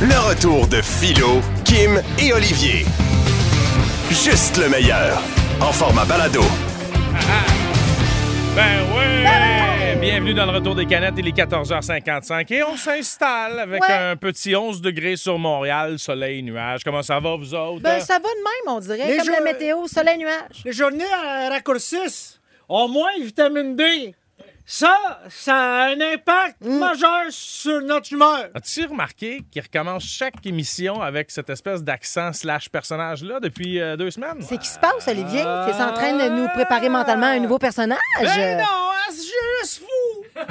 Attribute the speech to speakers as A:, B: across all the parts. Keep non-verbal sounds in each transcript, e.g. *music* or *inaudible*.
A: Le retour de Philo, Kim et Olivier. Juste le meilleur. En format balado.
B: Ben oui! Bienvenue dans le retour des canettes, il est 14h55 et on s'installe avec un petit 11 degrés sur Montréal, soleil, nuage. Comment ça va, vous autres?
C: Ben, ça va de même, on dirait.
D: Les
C: Comme la
D: jours-
C: météo, soleil, nuage.
D: Les journées euh, raccourcissent. Au moins, vitamine D. Ça, ça a un impact
C: Mm.
D: majeur sur notre humeur.
B: As-tu remarqué qu'il recommence chaque émission avec cette espèce d'accent slash personnage-là depuis euh, deux semaines?
C: C'est qui se passe, Olivier? C'est en train de nous préparer mentalement à un nouveau personnage?
D: Ben non, hein, c'est juste fou.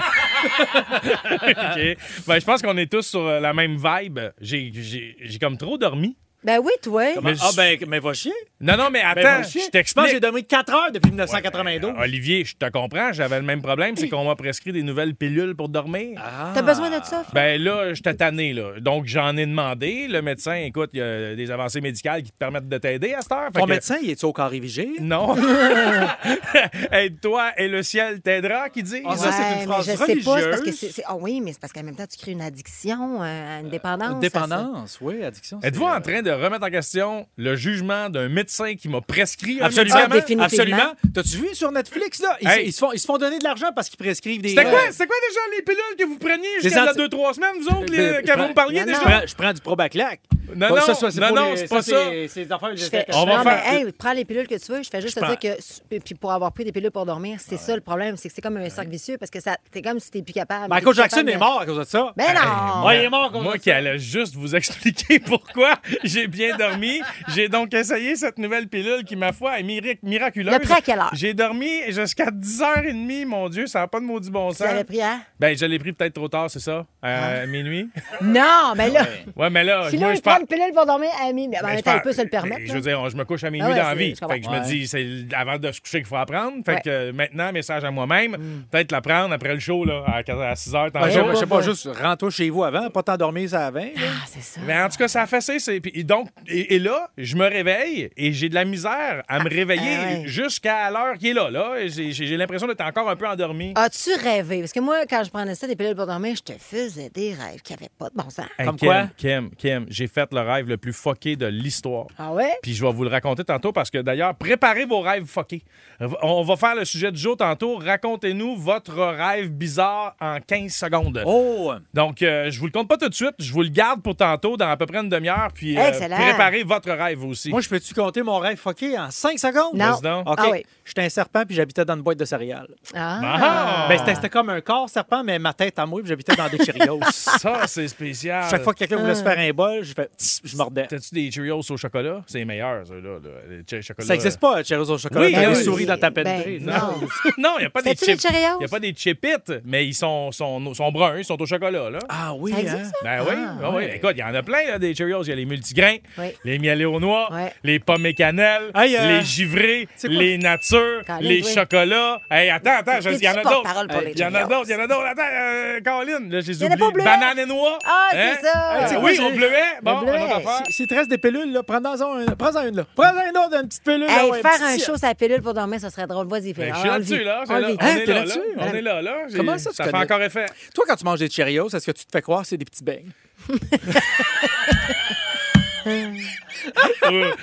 B: OK. Ben, je pense qu'on est tous sur euh, la même vibe. J'ai- J'ai j'ai comme trop dormi.
C: Ben oui, toi.
B: Mais je-
D: ah ben, mais va chier.
B: Non, non, mais
D: Ben,
B: attends,
D: va chier.
B: je
D: Je pense que j'ai
B: t'explique. ben,
D: dormi 4 heures depuis 1992.
B: Olivier, je te comprends, j'avais le même problème, c'est qu'on m'a prescrit des nouvelles pilules pour dormir.
D: Ah.
C: T'as besoin de ça?
B: Ben là, j'étais tanné, là. Donc, j'en ai demandé. Le médecin, écoute, il y a des avancées médicales qui te permettent de t'aider à cette heure. Fait
D: Ton
B: que-
D: médecin, il est-tu au carré vigile?
B: Non.
D: *laughs*
B: Aide-toi et le ciel t'aidera, qui dit.
D: Ah, ça, c'est une
C: mais
D: phrase
C: je sais pas, c'est parce que
D: religieuse.
C: c'est. c'est- Ah oui, mais c'est parce qu'en même temps, tu crées une addiction, euh, une dépendance. à ça.
D: Dépendance, oui, addiction. c'est- euh,
B: Êtes-vous en train de remettre en question le jugement d'un médecin qui m'a prescrit un
D: Absolument,
B: médicament?
C: Ah, définitivement.
D: absolument. T'as-tu vu sur Netflix, là? Ils,
B: Ah, Hey.
D: ils se font, ils se font donner de l'argent parce qu'ils prescrivent des...
B: C'était quoi,
D: euh,
B: c'était quoi déjà les pilules que vous preniez
D: Des
B: jusqu'à il y a
D: anti-
B: deux, trois semaines, vous autres,
D: Ben,
B: les...
D: je
B: qu'avant
D: prends-
B: vous parliez
C: Non,
B: déjà?
D: Je prends, je prends du Probaclac.
B: Non, non,
D: Pas ça, ça, c'est
B: non,
D: pour
B: non,
D: les-
B: c'est pas ça.
D: c'est- C'est des affaires
C: Je fais-
B: On va
C: non,
B: faire-
C: mais hey, prends les pilules que tu veux. Je fais
B: Je
C: juste te dire que. Puis pour avoir pris des pilules pour dormir, c'est ça le problème. C'est que c'est comme un cercle vicieux parce que ça... c'est comme si t'es plus capable.
D: Michael
C: T'es plus capable
D: Jackson
C: de-
D: Ben, est mort à cause de ça.
C: Ben non!
D: Ouais, il est mort à cause
B: Moi
D: de
B: qui
D: ça.
B: allais juste vous expliquer *laughs* pourquoi j'ai bien dormi, j'ai donc essayé cette nouvelle pilule qui, ma foi, est miri- miraculeuse.
C: Le prêt à quelle heure?
B: J'ai dormi jusqu'à 10h30, mon Dieu, ça n'a pas de maudit bon
C: Tu l'avais
B: sens.
C: pris, hein?
B: Ben, je l'ai pris peut-être trop tard, c'est ça? À minuit?
C: Non, mais là. *laughs*
B: Ouais, mais là,
C: Si
B: moi,
C: là,
B: je
C: il
B: parle-
C: prend une pilule pour dormir à minuit, mais en
B: mais
C: même
B: je
C: temps, il
B: parle-
C: peut se le permettre.
B: Je
C: là.
B: veux dire, on- je me couche à minuit
C: Ah ouais,
B: dans la
C: c'est-
B: vie.
C: je comprends.
B: Fait que je me dis, c'est l- avant de se coucher qu'il faut apprendre. Fait que euh, maintenant, message à moi-même, peut-être la prendre après le show, là, à 6h,
D: Ben, je,
C: Mm. Ouais,
D: je sais pas,
C: ouais.
D: juste rentre-toi chez vous avant, pas t'endormir ça avant. là.
C: Ah, c'est ça.
B: Mais en tout cas, ça a fait ça. c'est- puis- Et donc, et, et là, je me réveille et j'ai de la misère à me réveiller
C: ah ouais.
B: jusqu'à l'heure qui est là. là. Et J'ai j'ai l'impression d'être encore un peu endormi.
D: Ah.
C: As-tu rêvé? Parce que moi, quand je prenais ça, des pilules pour dormir, je te faisais des rêves qui n'avaient pas de bon sens.
B: Hey,
D: Comme
B: Kim,
D: quoi?
B: Kim, Kim, j'ai fait le rêve le plus fucké de l'histoire.
C: Ah ouais?
B: Puis je vais vous le raconter tantôt parce que d'ailleurs, préparez vos rêves fuckés. On va faire le sujet du jour tantôt. Racontez-nous votre rêve bizarre en 15 secondes.
D: Oh!
B: Donc, euh, je vous le compte pas tout de suite. Je vous le garde pour tantôt dans à peu près une demi-heure. Puis euh,
C: Excellent.
B: préparez votre rêve aussi.
D: Moi, je peux-tu compter mon rêve fucké en 5 secondes?
C: Non.
B: Vas-y donc.
D: OK.
C: Ah oui.
D: J'étais un serpent puis j'habitais dans une boîte de céréales.
C: Ah.
B: Ah!
D: Ben, c'était- c'était comme un corps serpent, mais ma tête à moi, puis j'habitais dans des
B: *laughs*
D: Cheerios.
B: Ça, c'est spécial.
D: *laughs* Chaque fois que quelqu'un voulait se faire un bol, je fais tss, je mordais.
B: T'as-tu des Cheerios au chocolat? C'est les meilleurs, ceux-là. là. Les che- chocolats-
D: Ça n'existe pas, Cheerios au chocolat.
B: Oui,
D: T'as
B: oui.
D: des souris dans ta
C: Ben,
D: penderie.
C: non.
B: *laughs* non, il n'y a pas des
C: Fais-tu des
B: chips.
C: Cheerios?
B: Il a pas des chipites, mais ils sont, sont, sont bruns, ils sont au chocolat, là.
D: Ah oui,
C: Ça existe,
D: hein?
C: ça?
B: Ben oui, ah oui. Écoute, il y en a plein, là, des Cheerios. Il y a les multigrains,
C: Oui.
B: les mielleux aux noix,
C: Ouais.
B: les pommes et cannelle,
D: Hey, euh,
B: les givrés,
D: c'est quoi?
B: les natures,
C: Colin,
B: les
C: oui.
B: chocolats. Hey, attends, attends, je- il y en a
C: T'es-tu porte-parole pour
B: d'autres.
C: les
B: Il y en a
C: Cheerios?
B: d'autres, il y en a d'autres. Attends, euh, Caroline, là, j'ai
C: en a
B: oublié.
C: pas au bleuet?
B: Banane et noix.
C: Ah, c'est
B: Hein?
C: ça.
B: Ah,
C: Tu sais
B: oui,
C: quoi,
B: au
C: j'ai-
B: bleuet. Bon,
C: bleuet.
B: une autre affaire.
D: Si- S'il te reste des pilules, là, prends-en une, prends une, là. Prends-en une autre, une petite pilule. là,
C: Hey,
D: Ah ouais,
C: faire
D: petit-
C: un show sur la pilule pour dormir, ça serait drôle. Vas-y, fais
B: Ben,
C: le
D: ah,
B: je suis là-dessus, là. je suis là. On,
D: Hein,
B: est
D: t'es
B: là, là.
D: là-dessus?
B: On est là, là. J'ai-
D: Comment ça, tu
B: Ça fait
D: connais?
B: encore
D: *laughs*
B: effet.
D: Toi, quand tu manges des Cheerios, est-ce que tu te fais croire que c'est des petits beignes?
B: Euh, euh,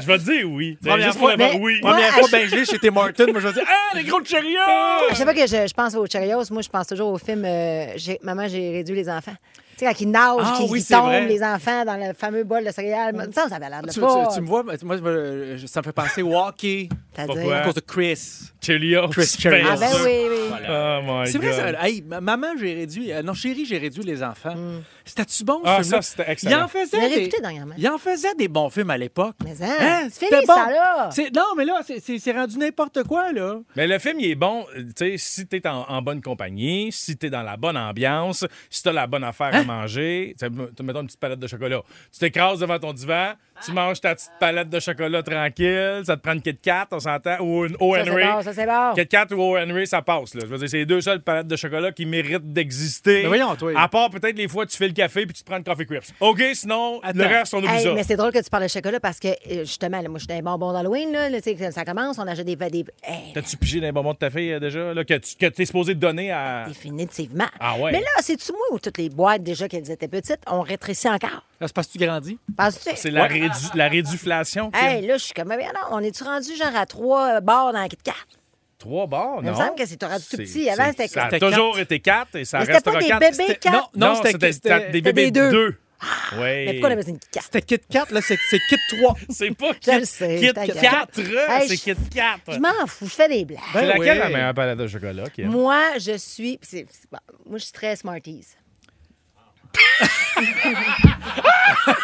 B: je vais te dire oui. C'est
D: Hein? Première
B: Ben, juste pour
D: fois,
B: avoir
C: mais-
B: oui.
C: Moi,
D: Première
C: à
D: fois,
C: chaque-
D: ben gelé chez Tim Martin, moi, je vais dire, ah, les gros Cheerios!
C: Je sais pas que je, je pense aux Cheerios. Moi, je pense toujours au film euh, J'ai- Maman, j'ai réduit les enfants. Tu sais, quand ils nagent,
D: Ah,
C: qu'ils
D: oui,
C: ils
D: c'est
C: tombent,
D: vrai. Mm.
C: les enfants, dans le fameux bol de céréales. Moi, Ça, ça avait l'air de
D: Ah, Tu,
C: pas.
D: tu- tu me vois, mais moi, je me- je- ça me fait penser au hockey
C: C'est-à-dire-
B: Pourquoi?
D: à cause de Chris.
B: Cheerios.
D: Chris Cheerios.
C: Ah, ben oui, oui.
B: Oh my
D: C'est vrai,
B: God.
D: ça, hey, ma- maman, j'ai réduit. euh, non, chérie, j'ai réduit les enfants.
C: Mm.
D: C'était-tu bon,
B: Ah,
D: ce film-là?
B: ça, c'était
D: Il
B: excellent.
D: en faisait.
C: Je l'ai
D: des-
C: réécouté dernièrement.
D: Il en faisait des bons films à l'époque.
C: Mais hein, c'est
D: c'était
C: fini, ça, là.
D: C'est- Non, mais là, c'est- c'est c'est rendu n'importe quoi, là.
B: Mais le film, il est bon, euh, tu sais, si t'es en, en bonne compagnie, si t'es dans la bonne ambiance, si t'as la bonne affaire
C: Hein?
B: à manger, tu sais, m- mettons une petite palette de chocolat. Tu t'écrases devant ton divan, tu
C: Ah.
B: manges ta petite palette de chocolat tranquille, ça te prend une Kit Kat, on s'entend, ou une O.
C: Ça, c'est
B: Henry.
C: bon, ça, c'est bon.
B: Kit Kat ou O. Henry, ça passe, là. Je veux dire, c'est les deux seules palettes de chocolat qui méritent d'exister.
D: Mais voyons, toi.
B: À part peut-être les fois où tu fais le café puis tu te prends une Coffee Crisp. OK, sinon, le
D: Attends.
B: reste, on oublie
C: Hey,
B: ça.
C: mais c'est drôle que tu parles de chocolat parce que, euh, justement, là, moi, je suis dans les bonbons d'Halloween, là, là, tu sais, ça commence, on achète des. des hey,
B: T'as-tu pigé dans les bonbons de ta fille euh, déjà, là, que tu que t'es supposé donner à.
C: définitivement.
B: Ah ouais.
C: Mais là, c'est-tu moi ou toutes les boîtes, déjà, qu'elles étaient petites, on rétrécit encore?
D: Là, c'est parce que tu grandis.
C: Penses-tu?
B: C'est la, rédu- la réduflation. Kim.
C: Hey, là, je suis comme, mais non, on est-tu rendu genre à trois euh, barres dans la Kit Kat?
B: Trois bars,
C: Il me
B: non?
C: semble que c'était rendu tout
B: C'est-
C: petit. Avant,
B: c'est-
C: c'était-
B: Ça a
D: c'était
B: toujours
D: quatre.
B: été quatre et ça
C: Mais c'était
B: reste
C: pas des
B: quatre.
C: bébés
B: C'était-
C: quatre?
B: Non, non,
D: Non, c'était-
B: c'était
D: c'était-
B: des bébés
C: des deux.
B: deux. Oui.
C: Mais pourquoi on avait une Kit Kat?
D: C'était Kit Kat, là, c'est c'est Kit 3.
B: *laughs* C'est pas
C: Je
B: Kit-
C: le sais,
B: Kit
C: ta gueule.
B: 4,
C: Hey,
B: c'est
C: je-
B: Kit 4.
C: Je m'en fous, je fais des blagues.
B: C'est
D: Ben
B: laquelle
D: oui.
B: la meilleure palette de chocolat, Kim?
C: Moi, je suis. c'est- c'est- bon, moi, je suis très Smarties.
B: *laughs*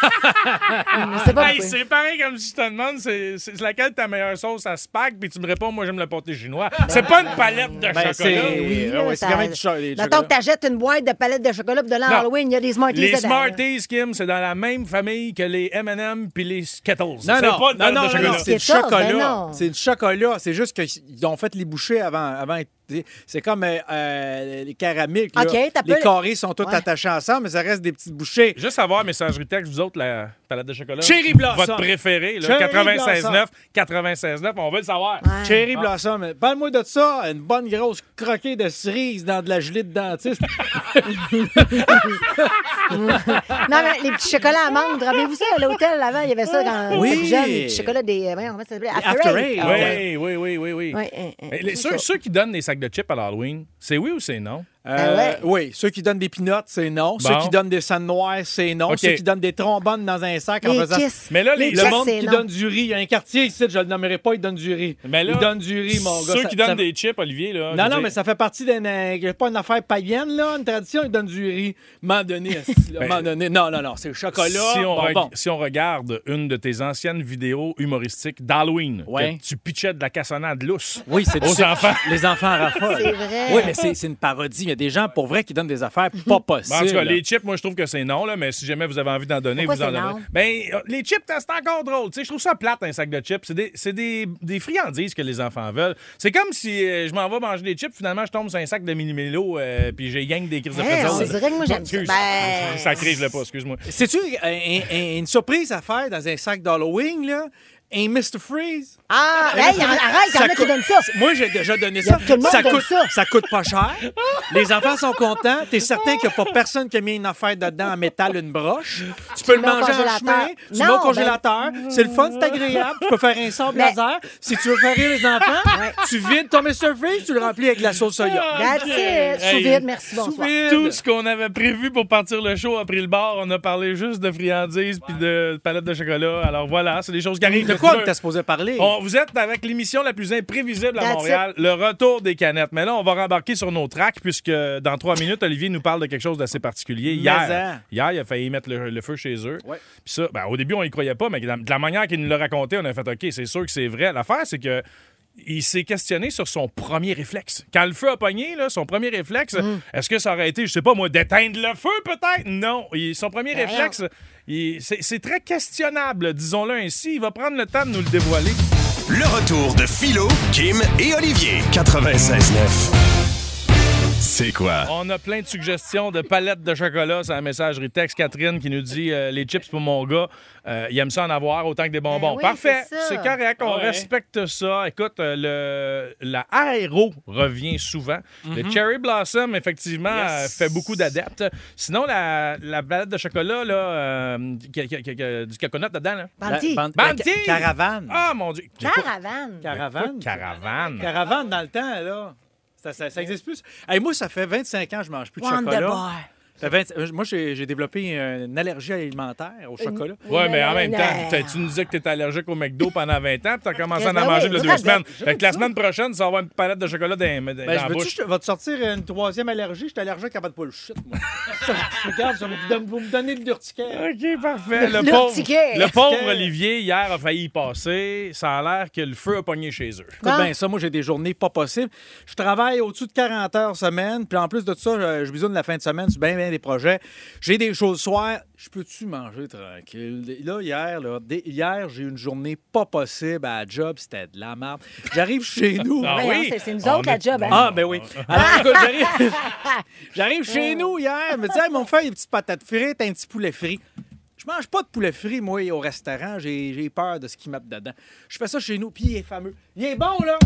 C: c'est pas
B: Hey,
C: pourquoi.
B: c'est pareil comme si je te demande c'est c'est laquelle ta meilleure sauce à Spack, puis tu me réponds, moi j'aime le pâté
C: *laughs*
B: chinois. C'est pas une palette de
D: Ben,
B: chocolat.
D: c'est-
C: Oui,
D: Ah
C: là,
D: ouais, c'est
C: ça-
D: quand même du cho- des
C: Mettons
D: chocolats.
C: que t'achètes une boîte de palettes de chocolat pour de l'an
B: Non.
C: Halloween, il y a des Smarties
B: Les
C: dedans, là.
B: Smarties, Kim, c'est dans la même famille que les M&M puis les Skittles.
D: Non,
B: c'est
D: non,
B: pas une
D: non,
B: palette
D: non,
B: de
D: non,
B: chocolat.
D: non, c'est du
C: Skittles, ben
D: chocolat.
C: non.
D: C'est du chocolat. C'est juste qu'ils ont fait les bouchées avant. avant c'est comme euh, euh, les caramels. là.
C: Ok, t'as
D: les
C: peu-
D: carrés sont tous
C: Ouais.
D: attachés ensemble, mais ça reste des petites bouchées.
B: Juste savoir, messagerie texte, vous autres, la palette de chocolat.
D: Cherry Blossom.
B: Votre préféré, là,
D: Cherry
B: 96,9. 96,9, on veut le savoir. Ah.
D: Cherry
C: Ah.
D: Blossom. euh, Parle-moi de ça. Une bonne grosse croquée de cerise dans de la gelée de dentiste.
C: *laughs* Non, mais les petits chocolats à menthe, rappelez-vous ça, à l'hôtel, avant, il y avait ça quand
D: Oui.
C: on était jeune, les petits chocolats des. euh, voyons, comment ça s'appelait?
D: After
C: After
D: Eight.
B: Oui,
C: Eight.
D: Ouais.
B: oui, oui, oui, oui.
C: Ouais, hein, hein,
B: Mais les-
C: c'est
B: ceux,
C: ça.
B: ceux qui donnent des sacs de chips à l'Halloween, c'est oui ou c'est non?
D: Euh,
C: Ah
D: Oui, ceux qui donnent des pinottes, c'est non.
B: Bon.
D: Ceux qui donnent des sandes noires, c'est non.
B: OK.
D: Ceux qui donnent des trombones dans un sac en
C: Les
D: faisant...
C: Kiss.
B: Mais là, les-
C: Les
B: le
D: Le
C: Kiss,
D: monde
C: c'est
D: qui
C: non.
D: donne du riz. Il y a un quartier ici, je le nommerai pas, il donne du riz.
B: Mais là,
D: il donne du riz, mon gars.
B: Ceux
D: Ça-
B: qui donnent
D: ça-
B: des chips, Olivier, là.
D: Non,
B: je
D: non,
B: veux
D: mais
B: dire-
D: ça fait partie d'une. euh, pas une affaire païenne, là. Une tradition, ils donnent du riz. M'en *laughs* donner, esti, là,
B: Ben,
D: m'en donner. Non, non, non, c'est le chocolat.
B: Si on,
D: bonbon.
B: reg- si on regarde une de tes anciennes vidéos humoristiques d'Halloween,
D: Ouais.
B: que tu pitchais de la cassonade lousse
D: Oui, c'est
B: aux
C: *laughs*
B: enfants.
D: Les enfants en raffolent.
C: C'est vrai.
D: Oui, mais c'est c'est une parodie. Il y a des gens, pour vrai, qui donnent des affaires pas possibles.
B: Bon, en tout cas, les chips, moi, je trouve que c'est non, là, mais si jamais vous avez envie d'en donner,
C: Pourquoi
B: vous en
C: c'est
B: donnez.
C: non?
B: Ben, euh, les chips, c'est encore drôle. Tu sais, je trouve ça plate, un sac de chips. C'est des, c'est des, des friandises que les enfants veulent. C'est comme si euh, je m'en vais manger des chips, finalement, je tombe sur un sac de mini-mélo, euh, puis j'ai gang des crises de
C: Hey,
B: faisceau,
C: on
B: là.
C: dirait Hein, que moi, j'aime ça.
B: Excuse.
C: Ben-
B: Ça crise le pas, excuse-moi.
D: C'est-tu un- un- une surprise à faire dans un sac d'Halloween, là? Un Mr. Freeze?
C: Ah, hey, y en- arrête, il y en a qui
D: coûte-
C: donnent ça.
D: Moi, j'ai déjà donné
C: Y a-
D: ça.
C: tout le monde
D: ça,
C: donne
D: coûte,
C: ça.
D: coûte pas cher. Les enfants sont contents. T'es certain qu'il n'y a pas personne qui a mis une affaire dedans en métal, une broche. Tu peux le
C: mets au
D: manger en
C: congélateur.
D: chemin. Tu
C: Non,
D: mets au
C: ben-
D: congélateur. C'est le fun, c'est agréable. Tu peux faire un sable
C: Mais-
D: laser. Si tu veux faire rire
C: *laughs*
D: les enfants, tu vides ton Mr. Freeze, tu le remplis avec de la sauce soya.
C: That's it. Sous
B: Hey.
C: vide, merci, bonsoir.
B: Tout ce qu'on avait prévu pour partir le show après le bar, on a parlé juste de friandises puis de palettes de chocolat. Alors voilà, c'est des choses qui arrivent.
D: De quoi on était supposé parler?
B: On- vous êtes avec l'émission la plus imprévisible à
C: That's
B: Montréal, le retour des canettes. Mais là, on va rembarquer sur nos tracks puisque dans trois minutes, Olivier nous parle de quelque chose d'assez particulier.
D: Mais, hein.
B: Hier, hier, il a failli mettre le, le feu chez eux. Puis ça, ben, au début, on y croyait pas, mais de la, de la manière qu'il nous l'a raconté, on a fait OK, c'est sûr que c'est vrai. L'affaire, c'est que. Il s'est questionné sur son premier réflexe. Quand le feu a pogné, là, son premier réflexe,
C: Mm.
B: est-ce que ça aurait été, je sais pas moi, d'éteindre le feu peut-être? Non. Il- son premier
C: Ben,
B: réflexe, il- c'est c'est très questionnable, disons-le ainsi. Il va prendre le temps de nous le dévoiler.
E: Le retour de Philo, Kim et Olivier. 96.9. C'est quoi?
B: On a plein de suggestions de palettes de chocolat sur la messagerie texte. Catherine qui nous dit euh, les chips pour mon gars, euh, il aime ça en avoir autant que des bonbons.
C: Ben oui,
B: Parfait,
C: c'est ça.
B: c'est correct, on
D: Ouais.
B: respecte ça. Écoute, euh, le, la aéro revient souvent. Le cherry blossom, effectivement,
D: Mhm. Yes.
B: euh, fait beaucoup d'adeptes. Sinon, la, la palette de chocolat, là, euh, qui a- qui a- qui a du coconut dedans. Là.
C: Bandit.
D: La- ban- la
B: Bandit!
D: ca- Ben, caravane.
B: Ah, mon Dieu! J'ai pas-
C: Caravane.
D: Caravane.
B: Caravane!
D: Caravane dans le temps, là. Ça, ça, ça existe plus. Hey, moi, ça fait 25 ans que je mange plus de
C: Wonder
D: chocolat.
C: Bar.
D: T'as vingt- euh, Moi, j'ai j'ai développé euh, une allergie alimentaire au chocolat.
B: Ouais, mais en même
C: Non.
B: temps, t'as- tu nous disais que t'étais allergique au McDo pendant 20 ans, puis t'as commencé à en
C: Ben oui,
B: manger le
C: je
B: deux
C: regrette.
B: semaines.
C: Je
B: Fait que la semaine prochaine, tu vas avoir une palette de chocolat dans, dans
D: Ah, Ben,
B: la
D: je veux-tu,
B: bouche.
D: je te- va te sortir une troisième allergie? Je suis allergique à votre bullshit, moi.
F: Regarde, ça, vous, donne- vous me donnez de l'urticaire.
B: OK, parfait. Le pauvre,
C: L'urticaire.
B: le pauvre Olivier, hier, a failli y passer. Ça a l'air que le feu a pogné chez eux.
D: Écoute bien ça, moi, j'ai des journées pas possibles. Je travaille au-dessus de 40 heures semaine. Puis en plus de ça, je, je bisonne la fin de semaine sur bien, bien des projets. J'ai des choses soir. Je peux-tu manger tranquille? Là, hier, là, dès- hier j'ai eu une journée pas possible à la job. C'était de la merde. J'arrive chez nous.
B: Ah
C: Voyons,
B: oui?
C: c'est- c'est nous
B: On
C: autres, la
B: est-
C: job, hein?
D: Ah, ben oui. Alors, écoute, j'arrive, j'arrive chez nous hier. Je me dis, hey, mon frère, une petite patate frite, un petit poulet frit. Je mange pas de poulet frit, moi, au restaurant. J'ai, j'ai peur de ce qui m'a dedans. Je fais ça chez nous, puis il est fameux. Il est bon, là.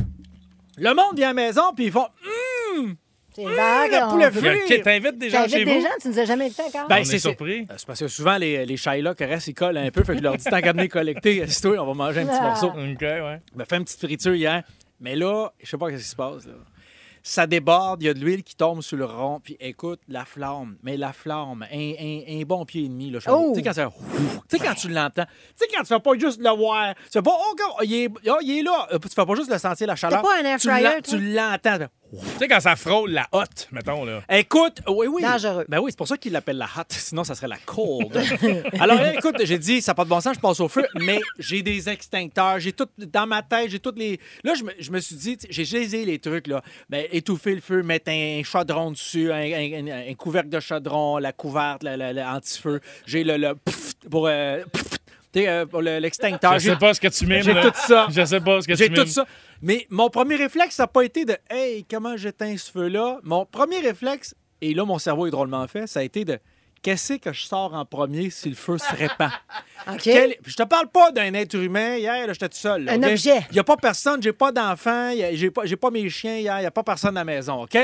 D: Le monde vient à la maison, puis ils font hum,
C: C'est vague.
D: le
C: on
D: poulet
C: veut-
D: frit.
B: Ok, T'invites des gens
C: T'invites
B: chez
C: des
B: vous?
C: gens, tu nous as jamais été encore.
D: Ben,
B: On est surpris.
D: C'est, parce que souvent, les, les Shylock restent, ils collent un peu. Fait que je leur dis, tant qu'à venir collecter, si toi, on va manger un petit
B: Ah.
D: morceau.
B: OK, ouais.
D: Je me fais une petite friture hier. Mais là, je sais pas ce qui se passe. Là. Ça déborde, il y a de l'huile qui tombe sur le rond. Puis écoute, la flamme, mais la flamme, un, un- un bon pied et demi. Là, je-
C: Oh!
D: Tu sais, quand, ça- Ouf! Tu sais, quand tu l'entends, tu sais, quand tu fais pas juste le voir, tu fais pas, oh, gars, il est, oh, il est là. Euh, Tu fais pas juste le sentir, la chaleur.
C: pas un air
D: Tu l'en-
C: fryer, toi?
D: Tu l'entends. tu fais,
B: Tu sais, quand ça frôle la hotte, mettons, là.
D: Écoute, oui, oui.
C: Dangereux.
D: Ben oui, c'est pour ça qu'il l'appelle la hot. Sinon, ça serait la cold. *laughs* Alors, là, écoute, j'ai dit, ça n'a pas de bon sens, je passe au feu, mais j'ai des extincteurs, j'ai tout, dans ma tête, j'ai toutes les. Là, je me, je me suis dit, tu sais, j'ai gésé les trucs, là. Ben, étouffer le feu, mettre un chaudron dessus, un, un- un- un couvercle de chaudron, la couverte, la- la- la anti-feu. J'ai le, le pfft pour. euh, pfft, tu sais, euh, pour le- l'extincteur.
B: Je
D: J'ai-
B: sais pas ce que tu mimes.
D: j'ai
B: là.
D: tout ça.
B: Je sais pas ce que tu
D: j'ai
B: mimes.
D: tout ça. Mais mon premier réflexe, ça n'a pas été de Hey, comment j'éteins ce feu-là? Mon premier réflexe, et là, mon cerveau est drôlement fait, ça a été de Qu'est-ce que je sors en premier si le feu se répand?
C: *laughs* OK.
D: Quel- Je te parle pas d'un être humain. Hier, là, j'étais tout seul. là,
C: Un
D: OK?
C: objet.
D: Il n'y a pas personne, j'ai pas d'enfant, il y a- j'ai pas, j'ai pas mes chiens hier, il n'y a pas personne à la maison, OK?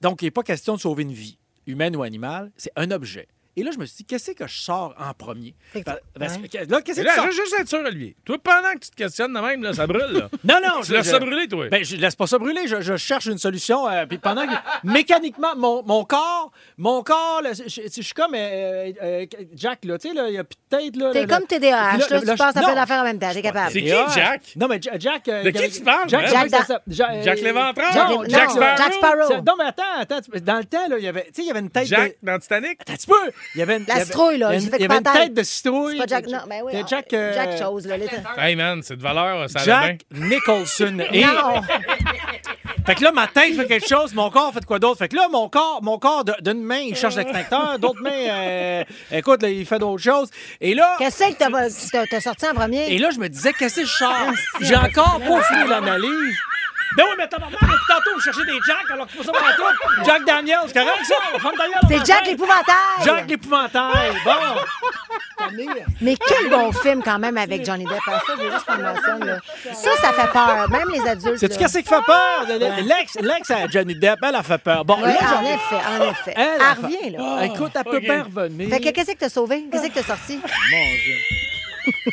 D: Donc, il n'est pas question de sauver une vie, humaine ou animale, c'est un objet. Et là, je me suis dit, qu'est-ce que je sors en premier?
C: Fait que-
D: Parce que-
C: ouais.
D: Là, qu'est-ce
B: Mais
D: que
B: Là,
D: tu sors?
B: juste, juste être sûr, Olivier. Toi, pendant que tu te questionnes de même, là, ça brûle, là.
D: Non, non,
B: Tu laisses ça brûler, toi.
D: Ben, je laisse pas ça brûler. Je, je cherche une solution. euh, puis pendant que mécaniquement, mon, mon corps, mon corps, là, je, je- je suis comme euh, euh, Jack là, tu sais là, il y a plus de tête là.
C: T'es
D: là, là.
C: comme TDAH,
D: Puis
C: là, tu passes à
D: non,
C: plein d'affaires en même temps, t'es capable.
B: C'est qui,
D: TDAH?
B: Jack?
D: Non mais Ja- Jack. euh,
B: De qui
D: Jack-
B: tu parles,
D: Jack,
B: man?
D: Jack,
C: Jack-
D: ça- Ja- euh,
B: Jack Léventreur?
D: Jack-
C: Non,
B: Jack Sparrow?
C: Jack Sparrow.
D: C'est- Non mais attends, attends. tu- Dans le temps là, il y avait, tu sais, il y avait une tête.
B: Jack
D: de-
B: dans Titanic?
D: Attends, tu peux. Il y avait une.
C: La
D: il y avait-
C: citrouille, là,
D: Il y
C: j'ai fait
D: avait- il y avait une
C: pas
D: tête de
C: C'est
D: citrouille.
C: pas Jack. Non, ben oui.
D: De
C: ah,
D: Jack. euh,
C: Jack chose, là. l'état-
B: Hey, man, c'est de valeur, ça allait
D: Jack
B: bien.
C: *laughs*
D: Nicholson. Et-
C: Non!
D: Fait que là, ma tête fait quelque chose, mon corps fait quoi d'autre? Fait que là, mon corps, mon corps de- d'une main, il
C: *laughs*
D: cherche l'extincteur, d'autre main, euh, écoute, là, il fait d'autres choses. Et là,
C: Qu'est-ce que t'as- t'as- t'as sorti en premier?
D: et là, je me disais, qu'est-ce que je sors?
C: Ah,
D: J'ai encore pas fini l'analyse. Ben oui, mais t'as maman, depuis tantôt, vous cherchez des Jack, alors que c'est pas ça pour la troupe. Jack Daniels, c'est correct ça? Femme Daniels, on
C: C'est
D: en
C: Jack Ah!
D: fait.
C: l'épouvantail!
D: Jack l'épouvantail. Bon.
C: Mais quel bon film quand même avec Johnny Depp. Ah, Ça, je veux juste qu'on le mentionne. là. Ça, ça fait peur, même les adultes.
D: Sais-tu
C: là.
D: qu'est-ce qui fait peur? L'ex, l'ex à Johnny Depp, elle a fait peur. Bon,
C: Ouais,
D: là, j'en
C: en
D: ai.
C: effet, en effet.
D: Elle,
C: Elle,
D: a fait-
C: revient, là.
D: Ah, écoute, elle peut
B: ok.
D: bien revenir.
C: Fait que qu'est-ce que t'as sauvé? Qu'est-ce que t'as sorti?
D: Mon Dieu.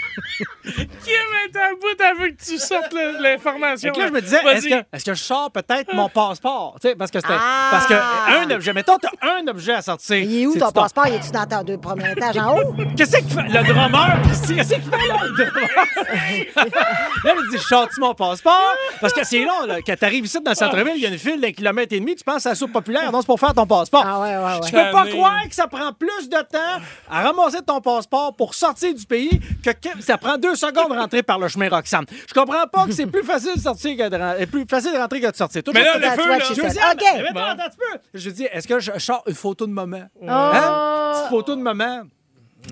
B: Kim est à bout, elle veut que tu sortes le- l'information.
D: Fait que là, je me disais,
B: Vas-y.
D: est-ce que, est-ce que je sors peut-être mon passeport? Tu sais, parce que c'était.
C: Ah!
D: Parce que un objet. Mettons, t'as un objet à sortir.
C: Il est où
D: C'est-tu
C: ton passeport? Il est-tu dans tes deux premiers étages en haut?
D: Qu'est-ce qu'il fait? Le drummer! Qu'est-ce qu'il fait là, le drummer? là, il dit, je sors-tu mon passeport? Parce que c'est long, là. Quand t'arrives ici dans le centre-ville, il y a une file d'un kilomètre et demi, tu penses à la soupe populaire. Non, c'est pour faire ton passeport.
C: Ah ouais, ouais, ouais.
D: Je peux pas
B: Tanné.
D: croire que ça prend plus de temps à ramasser ton passeport pour sortir du pays que, que- ça prend deux secondes de rentrer par le chemin Roxham. Je comprends pas que c'est plus facile de sortir que de, ren- euh, plus facile de rentrer que de sortir. Toujours-
B: Mais là, *laughs* le
C: That's
B: feu,
C: what
B: là.
C: she
B: Je
C: said.
B: veux dire,
D: Josiane,
C: OK. Ben,
D: mais attends, attends, tu peux. Je dis, est-ce que je sors une photo de maman?
C: Oh.
D: Hein? Petite photo de maman.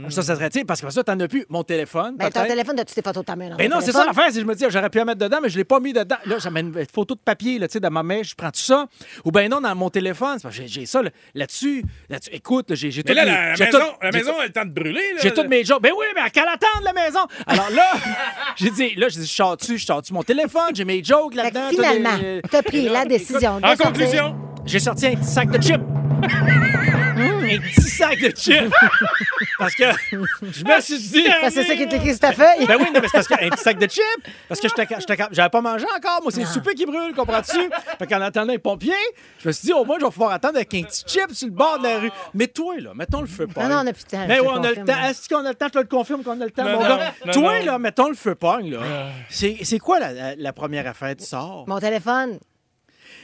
D: Ça, ça serait, tu sais, parce que ça, t'en as plus. Mon téléphone.
C: Ben, ton
D: peut-être.
C: téléphone, as-tu tes photos de ta main? dans
D: Mais
C: ton
D: non, c'est ça
C: téléphone?
D: l'affaire, c'est que je me dis, j'aurais pu la mettre dedans, mais je l'ai pas mis dedans. Là, j'amène une photo de papier, là, tu sais, dans ma main, je prends tout ça. Ou ben non, dans mon téléphone, c'est parce que j'ai- j'ai ça là, là-dessus. là-dessus. Écoute, là, j'ai j'ai
B: Mais
D: toutes
B: là,
D: mes-
B: la, la
D: j'ai
B: maison,
D: tout-
B: la
D: j'ai
B: maison
D: tout-
B: a le temps de brûler. là.
D: j'ai toutes mes jobs. Ben oui, mais à qu'à l'attendre, la maison? Alors là, *laughs* j'ai dit, là, j'ai dit, je sors dessus, je sors dessus mon téléphone, j'ai mes jokes
C: Fait que
D: là-dedans. toutes les-
C: finalement, t'as pris
D: Et là,
C: la
D: écoute,
C: décision de
B: En
C: sortir.
B: conclusion,
C: *laughs*
D: j'ai sorti un petit sac de chips. Hum, un petit sac de chips. Parce que je me suis dit.
C: Parce que c'est ça qui est écrit sur ta feuille.
D: Ben oui, non, mais c'est parce qu'un petit sac de chips. Parce que j'étais ca- j'étais ca- j'avais pas mangé encore. Moi, c'est
C: Ah.
D: le souper qui brûle, comprends-tu? Fait qu'en attendant les pompiers, je me suis dit, au moins, je vais pouvoir attendre avec un petit chip sur le bord de la rue. Mais toi, là, mettons le feu pas.
C: Ah Non, non, on a plus de temps,
D: Mais
C: je
D: oui,
C: te
D: on a le
C: confirme,
D: temps.
C: hein.
D: Est-ce qu'on a le temps? Je te le confirme qu'on a le temps,
B: Non,
D: mon
B: non,
D: gars.
B: non,
D: Toi,
B: non. Ah.
D: là, mettons le feu pogne, là. C'est c'est quoi la, la- la première affaire du sort?
C: Mon téléphone.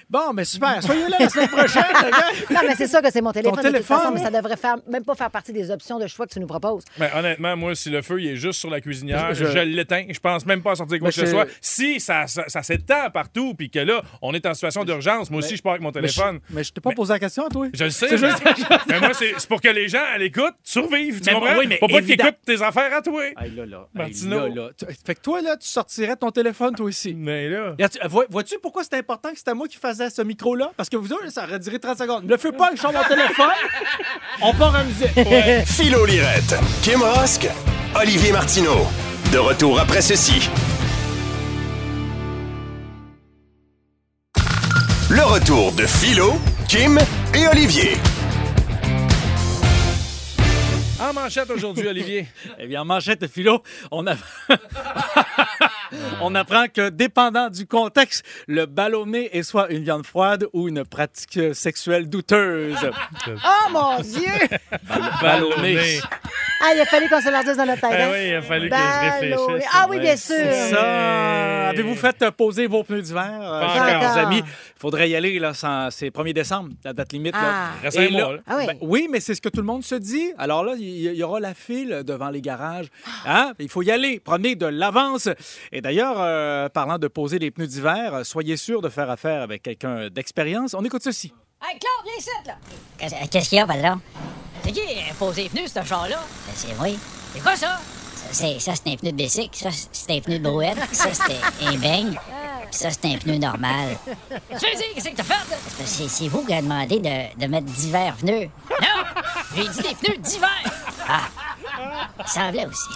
D: Bon, mais super. Soyez là la semaine
C: *laughs*
D: prochaine, les gars.
C: Non, mais c'est ça que c'est mon téléphone. de toute
D: téléphone.
C: façon, mais ça devrait faire, même pas faire partie des options de choix que tu nous proposes.
B: Mais honnêtement, moi, si le feu il est juste sur la cuisinière,
D: Je-
B: je,
D: je-
B: l'éteins. Je pense même pas à sortir quoi
D: Mais
B: que ce
D: je-
B: soit. Si ça, ça, ça s'étend partout, puis que là, on est en situation d'urgence, moi aussi, je pars avec mon
D: Mais je-
B: téléphone.
D: Mais je t'ai pas posé la question, toi.
B: Je le sais. Mais, mais moi, c'est c'est pour que les gens, à l'écoute, survivent. Tu
D: Mais
B: comprends?
D: oui, mais
B: Faut pas qu'ils
D: évident-
B: écoutent tes affaires à toi.
D: Hey, là, là. hey,
B: Martino.
D: là, là. Tu- Fait que toi, là, tu sortirais ton téléphone, toi aussi.
B: Mais là.
D: Regarde, tu- vois- Vois-tu pourquoi c'est important que c'était moi qui faisais ce micro-là? Parce que vous autres, ça aurait duré 30 secondes. Le feu pas, je sors mon *laughs* téléphone, on part à musique.
E: Philo Lirette, Kim Rosk, Olivier Martineau. De retour après ceci. Le retour de Philo, Kim et Olivier.
B: En manchette aujourd'hui, Olivier.
D: Eh bien, en manchette de philo, on, a- *laughs* on apprend que, dépendant du contexte, le ballonné est soit une viande froide ou une pratique sexuelle douteuse.
B: *laughs*
C: Oh mon Dieu!
B: Ballonné.
C: Ah, il a fallu qu'on se leur dise dans notre tête.
B: Ah
C: hein?
B: oui, il a fallu que je
C: Ballonné.
B: réfléchisse.
C: Ah oui, bien sûr.
D: Ça, avez-vous fait euh, poser vos pneus d'hiver, euh,
B: Pas
D: chers
C: encore.
D: amis? Il faudrait y aller, là, sans... c'est 1er décembre, la date limite. là.
C: Ah.
B: Reste
D: Et
B: un
D: là-
B: mois, là.
C: Ah oui.
D: Ben oui, mais c'est ce que tout le monde se dit. Alors là, il y, il y aura la file devant les garages.
C: Ah.
D: Hein? Il faut y aller. Prenez de l'avance. Et d'ailleurs, euh, parlant de poser les pneus d'hiver, euh, soyez sûr de faire affaire avec quelqu'un d'expérience. On écoute ceci.
G: Hey, Claude, viens ici, là! Qu'est-ce qu'il y a, patron? C'est qui euh, posé les pneus, ce char-là? C'est moi. C'est quoi ça?
H: C'est, Ben, ça, c'est un pneu de bicycle. Ça, c'est un pneu de brouette. Ça, c'est un beigne. Puis ça, c'est un pneu normal. Ben,
G: Tu veux dire, qu'est-ce que t'as fait? là?
H: C'est, c'est vous qui a demandé de, de mettre divers pneus.
G: Non! J'ai dit des pneus d'hiver!
H: Il semblait aussi.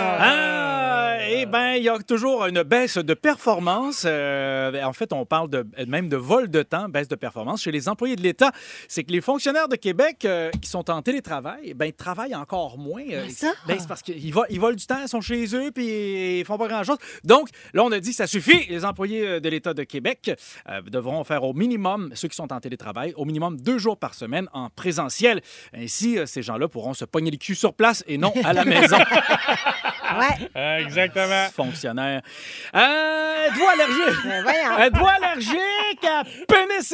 D: Ah, eh bien, il y a toujours une baisse de performance. Euh, ben, en fait, on parle de, même de vol de temps, baisse de performance chez les employés de l'État. C'est que les fonctionnaires de Québec euh, qui sont en télétravail, ben, ils travaillent encore moins. Euh,
C: ça?
D: ben, c'est parce qu'ils vo- ils volent du temps, ils sont chez eux, puis ils font pas grand-chose. Donc, là, on a dit, ça suffit. Les employés euh, de l'État de Québec euh, devront faire au minimum, ceux qui sont en télétravail, au minimum deux jours par semaine en présentiel. Ainsi, euh, ces gens-là pourront se pogner le cul sur place et non à la maison.
C: Ouais.
B: Ah, Exactement.
D: fonctionnaire. Euh, Êtes-vous allergique?
C: Ben voyons.
D: Êtes-vous allergique à pénicilline?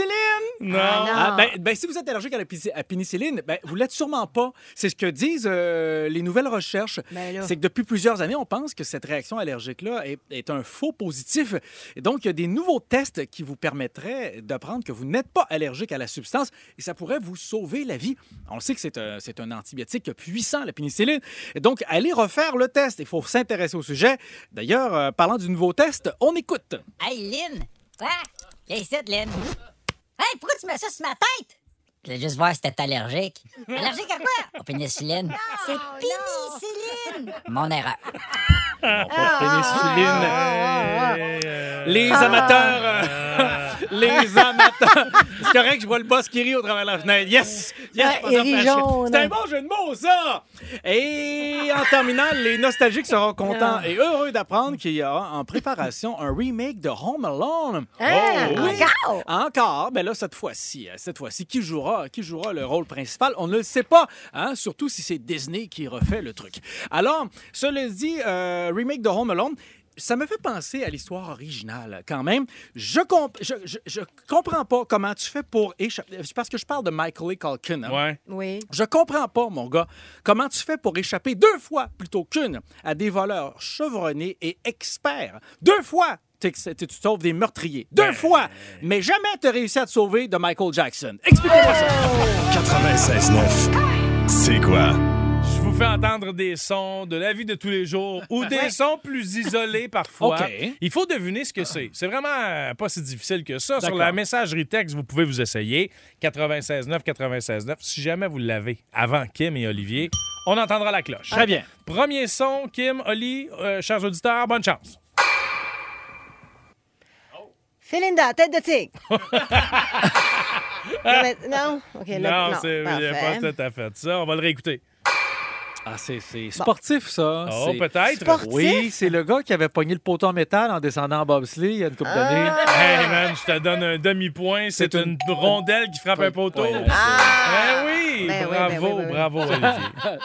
B: Non.
C: Ah, non.
D: Ah, ben, ben, si vous êtes allergique à la pici- à pénicilline, ben, vous l'êtes sûrement pas. C'est ce que disent euh, les nouvelles recherches.
C: Ben là.
D: C'est que depuis plusieurs années, on pense que cette réaction allergique-là est, est un faux positif. Et donc, il y a des nouveaux tests qui vous permettraient d'apprendre que vous n'êtes pas allergique à la substance et ça pourrait vous sauver la vie. On le sait que c'est un, c'est un antibiotique puissant, la pénicilline. Et donc, allez refaire le test. Il faut s'intéresser au sujet. D'ailleurs, euh, parlant du nouveau test, on écoute.
H: Hey, Lynn! Quoi? Viens ici, Lynn. Hey, pourquoi tu mets ça sur ma tête? Je voulais juste voir si t'étais allergique. Allergique à quoi? Au pénicilline. c'est pénicilline! Mon erreur.
D: Pénicilline. Les
C: Ah.
D: amateurs. euh, *laughs* les amateurs. C'est correct, je vois le boss qui rit au travers de la fenêtre. Yes! Yes!
C: Ah,
D: pas
C: il
D: ça,
C: rit
D: pas
C: jaune.
D: chier. C'est un bon jeu de mots, ça! Et en terminant, les nostalgiques seront contents
C: Ah.
D: et heureux d'apprendre qu'il y a en préparation un remake de Home Alone.
C: Hein?
D: Oh, oui.
C: Encore?
D: Encore, mais là, cette fois-ci, euh, cette fois-ci, qui jouera, qui jouera le rôle principal? On ne le sait pas, hein, surtout si c'est Disney qui refait le truc. Alors, cela dit, euh, remake de Home Alone, ça me fait penser à l'histoire originale, quand même. Je, comp- je, je- je comprends pas comment tu fais pour échapper... c'est Parce que je parle de Michael A. Culkin. hein.
B: Ouais.
C: Oui.
D: Je comprends pas, mon gars, comment tu fais pour échapper deux fois plutôt qu'une à des voleurs chevronnés et experts. Deux fois, t'es- t'es- tu te sauves des meurtriers. Deux fois, mais jamais t'as réussi à te sauver de Michael Jackson. Expliquez-moi ça.
E: 96.9. C'est quoi?
B: Je vous fais entendre des sons de la vie de tous les jours ou des sons plus isolés parfois.
D: *laughs* OK.
B: Il faut deviner ce que c'est. C'est vraiment euh, pas si difficile que ça. Sur
D: D'accord.
B: la messagerie texte, vous pouvez vous essayer. 96.9, 96.9. Si jamais vous l'avez avant Kim et Olivier, on entendra la cloche.
D: Très bien.
B: Premier son, Kim, Oli, euh, chers auditeurs, bonne chance. *laughs*
C: Félinda, tête de tigre. Non, mais- non. OK, là,
B: non,
C: non.
B: c'est il a
C: Parfait.
B: pas tout à fait ça. On va le réécouter.
D: Ah, c'est c'est sportif, ça.
B: Oh,
D: Ah, C'est-
B: peut-être. Sportif?
D: Oui, c'est le gars qui avait pogné le poteau en métal en descendant en bobsleigh il y a une couple d'années.
B: Hey man, je te donne un demi-point. C'est une... rondelle qui frappe un poteau. Ben oui,
D: Ben oui, ben
B: bravo,
D: oui, ben oui. *laughs*
B: bravo, Olivier.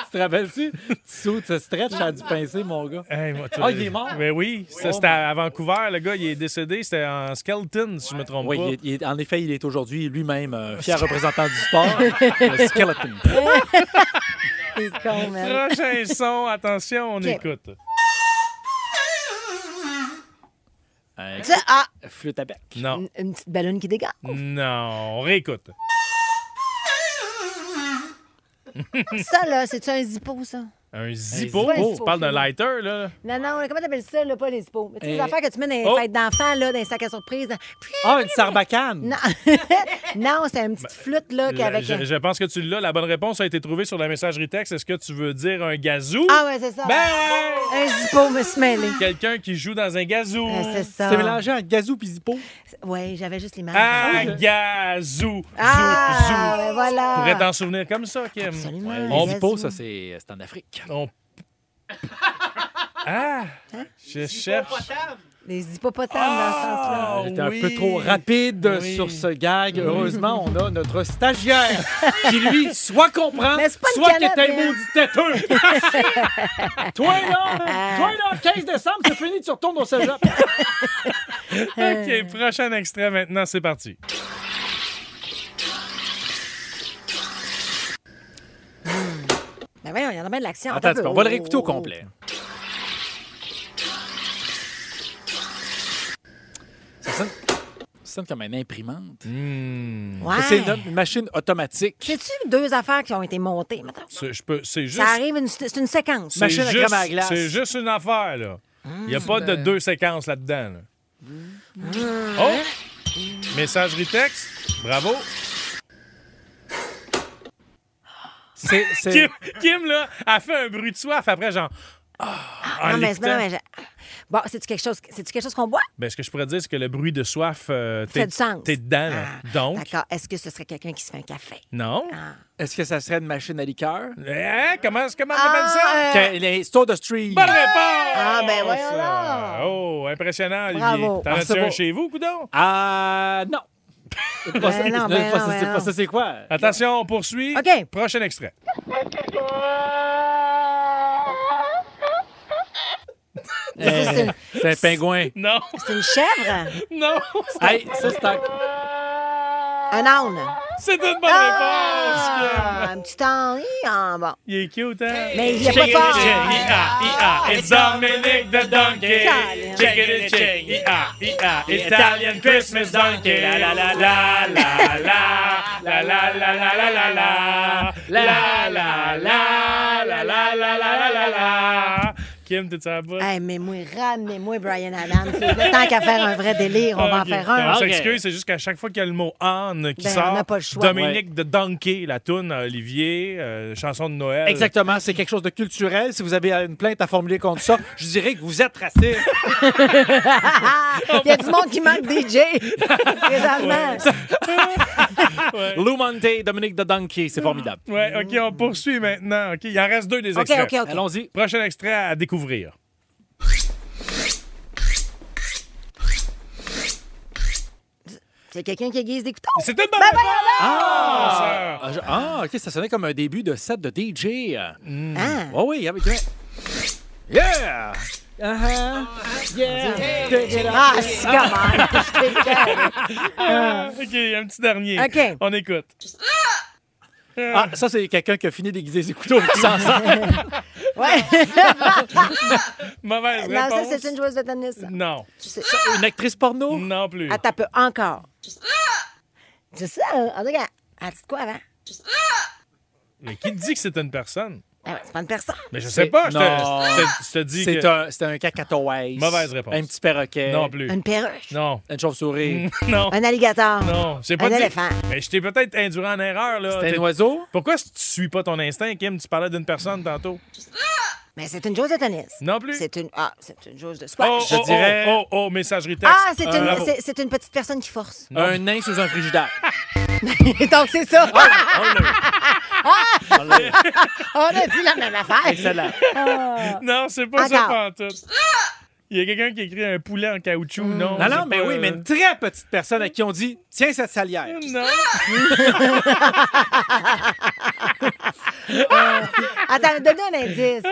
D: tu te rappelles-tu? Tu sautes, tu stretch, ça a dû pincer, mon ggars.
B: Moi, tu-
D: ah, il est mort?
B: Ben oui, ça,
D: Oh,
B: c'était à à Vancouver. Le gars, il est décédé. C'était en skeleton, si je me trompe
D: Oui,
B: pas.
D: il est- il est- en effet, il est aujourd'hui lui-même euh, fier *laughs* représentant du sport, le skeleton.
C: C'est con, man.
D: *laughs*
B: Prochain son, attention, on
C: Ok.
B: écoute.
C: Ça, ah,
D: Flûte à bec.
B: Non,
C: une petite ballonne qui dégage.
B: non, on réécoute.
C: ça, là, c'est-tu un zippo, ça?
B: Un zippo,
C: Ouais,
B: tu
C: un zippo,
B: parles d'un
C: finalement.
B: lighter, là.
C: Non, non, comment t'appelles ça, là, pas les zippos? Mais tu sais, les
B: Euh,
C: affaires que tu mets dans les
B: oh.
C: fêtes d'enfants, là, dans les sacs à surprise. Puis-
D: Ah, une sarbacane!
B: *laughs*
C: Non, non c'est une petite flûte, là,
B: La-
C: qu'avec...
B: Ben, je, je pense que tu l'as. La bonne réponse a été trouvée sur la messagerie texte. Est-ce que tu veux dire un gazou?
C: Ah, ouais, c'est ça.
B: Ben! Ah.
C: Un zippo, me se mêler.
B: Quelqu'un qui joue dans un gazou.
C: Ouais, c'est ça.
D: Ben, C'est mélangé à gazou pis zippo.
C: Oui, j'avais juste l'image.
B: Ah, gazou.
C: Ah,
B: zou, zou.
C: ben voilà.
B: Tu pourrais t'en souvenir comme ça, Kim. Absolument.
D: On zippo, Oh, ça, c'est c'est en Afrique.
B: Ah! Je cherche.
C: Les hippopotames, dans ce sens-là.
D: J'étais un peu trop rapide
B: Oui.
D: sur ce gag. Heureusement, on a notre *laughs* stagiaire qui, lui, soit comprend,
C: Mais c'est pas une
D: soit qui est
C: canette,
D: un
C: hein.
D: maudit
C: *laughs*
D: têteux. toi, là, toi, là, 15 décembre, c'est fini, tu retournes au cégep.
C: Euh.
B: OK, prochain extrait maintenant, c'est parti.
C: Ben voyons, il y en a bien de l'action.
D: Attends, un
C: un
D: petit
C: peu.
D: peu, on va le réécouter au
C: Oh.
D: complet. Ça sonne, ça sonne comme une imprimante.
C: Ouais.
D: C'est une, une machine automatique.
C: C'est-tu deux affaires qui ont été montées, mettons?
B: C'est je peux- c'est juste.
C: Ça arrive, une- c'est une séquence.
B: c'est
D: machine à
B: juste-
D: crème à glace.
B: C'est juste une affaire, là.
C: Ah,
B: Il n'y a pas
C: ben.
B: de deux séquences là-dedans. là.
C: Ah.
B: Oh! Messagerie texte. Bravo.
D: C'est,
B: Kim,
D: c'est,
B: Kim, là, a fait un bruit de soif après, genre. Ah, en
C: Non, mais c'est
B: l'écoutant.
C: non, mais je- Bon, c'est-tu quelque chose, c'est-tu quelque chose qu'on boit?
B: Ben, ce que je pourrais dire, c'est que le bruit de soif, euh,
C: Ça fait
B: t'es
C: du sens.
B: t'es dedans. là.
C: Ah,
B: Euh, Donc,
C: D'accord. Est-ce que ce serait quelqu'un qui se fait un café?
B: non.
D: est-ce que ça serait une machine à liqueur?
B: Hein, comment comment on appelle ça?
D: Que- les Soda Stream.
B: Bonne réponse!
C: euh, Ah, ben voyons
B: Ah, Oh, impressionnant, Olivier.
C: Bravo.
B: T'en
D: Ah,
B: as-tu
D: c'est
B: un
D: bon.
B: chez vous, coudon?
D: Ah, non. C'est pas ça,
C: Ben non,
D: c'est
C: ben
D: pas
C: non,
D: ça,
C: ben
D: c'est pas
C: non.
D: ça, c'est quoi?
B: Attention, on poursuit.
C: OK.
B: Prochain extrait.
C: Est-ce que C'est une,
D: C'est un pingouin.
B: Non,
C: c'est une chèvre?
B: non,
D: Hey, ça, c'est un...
C: Un âne?
B: c'est une bonne réponse.
C: Ah, un petit âne. Hi, ah, bon.
B: Il est cute, hein?
C: Mais il n'y a pas de fort.
B: I-A, it's Dominic the Donkey.
C: Italian.
B: Check it, check. I-A, I-A, Italian Christmas Donkey. La la la la la la. La la la la la la la. La la la la la la la la la. Kim, t'es-tu à bout?
C: Hey, mais moi, ramenez-moi Brian Adams. Tant qu'à faire un vrai délire, on va en
B: Ok.
C: faire un.
B: On
D: Ok.
B: s'excuse, c'est juste qu'à chaque fois qu'il y a le mot âne qui
C: Ben,
B: sort,
C: on n'a pas le choix.
B: Dominique de Donkey, la toune à Olivier, euh, chanson de Noël.
D: Exactement, c'est quelque chose de culturel. Si vous avez une plainte à formuler contre ça, je dirais que vous êtes raciste.
C: *laughs* Il y a du monde qui manque
B: *laughs*
C: DJ. Présentement.
D: Lou Monte, Dominique de Donkey, c'est formidable.
B: Ouais, OK, on poursuit maintenant. OK, il en reste deux des
C: OK,
B: extraits.
C: OK, OK.
D: Allons-y.
B: Prochain extrait à découvrir.
C: C'est quelqu'un qui aiguise des couteaux.
B: C'est une bonne
C: Ben, ben,
B: réponse!
D: Ah! Ah, je- ah, OK, ça sonnait comme un début de set de DJ.
C: Ah.
B: Mm.
D: Oh oui, avec... Yeah! Uh-huh. Yeah! Take it out.
C: Ah, c'est comment?
B: Ah, OK, un petit dernier.
C: OK.
B: On écoute.
D: Ah, ça, c'est quelqu'un qui a fini d'aiguiser ses couteaux qui s'en sort.
C: Ouais.
B: Mauvaise
C: Non, ça,
B: réponse.
C: c'est une joueuse de tennis. ça.
B: Non,
C: C'est-
D: Une actrice porno?
B: non plus.
C: Attends un peu, encore. C'est ça, en tout cas, elle dit de quoi avant?
B: Mais qui te dit que c'est une personne?
C: Ah ouais, c'est pas une personne.
B: Mais je
D: C'est-
B: sais pas, je te,
D: Non.
B: je te- je te dis
D: C'est
B: que...
D: un, c'est un cacatoès.
B: Mauvaise réponse.
D: Un petit perroquet.
B: Non plus. Mm.
C: Une perruche.
B: Non, *laughs*
D: Une chauve-souris.
B: non,
C: Un alligator.
B: non. J'ai pas
C: Un
B: dit-
C: éléphant.
B: Mais je t'ai peut-être induit en erreur, là.
D: C'est
B: Ah, T'es-
D: un oiseau?
B: Pourquoi tu suis pas ton instinct, Kim? Tu parlais d'une personne tantôt.
C: Mais c'est une joueuse de tennis.
B: Non plus.
C: C'est une. Ah, c'est une joueuse de squash.
B: Mm. Oh, oh, Oh, oh, oh, messagerie texte.
C: Ah, c'est
B: Euh,
C: une,
B: bravo.
C: c'est- c'est une petite personne qui force. *laughs*
B: Non.
D: Un nain sous un
B: *laughs*
D: frigidaire.
C: Donc, c'est ça.
D: Ah,
C: *laughs* Ah!
D: On l'a eu.
C: On a dit la même affaire.
D: Excellent.
C: Ah.
B: Non, c'est pas ça,
C: Encore.
B: pantoute. Il y a quelqu'un qui écrit un poulet en caoutchouc,
C: Mm.
B: non?
D: Non,
B: c'est
D: non, mais
B: pas- euh, Mm.
D: oui, mais une très petite personne à qui on dit Tiens cette salière.
B: Non.
C: Attends, donne un indice.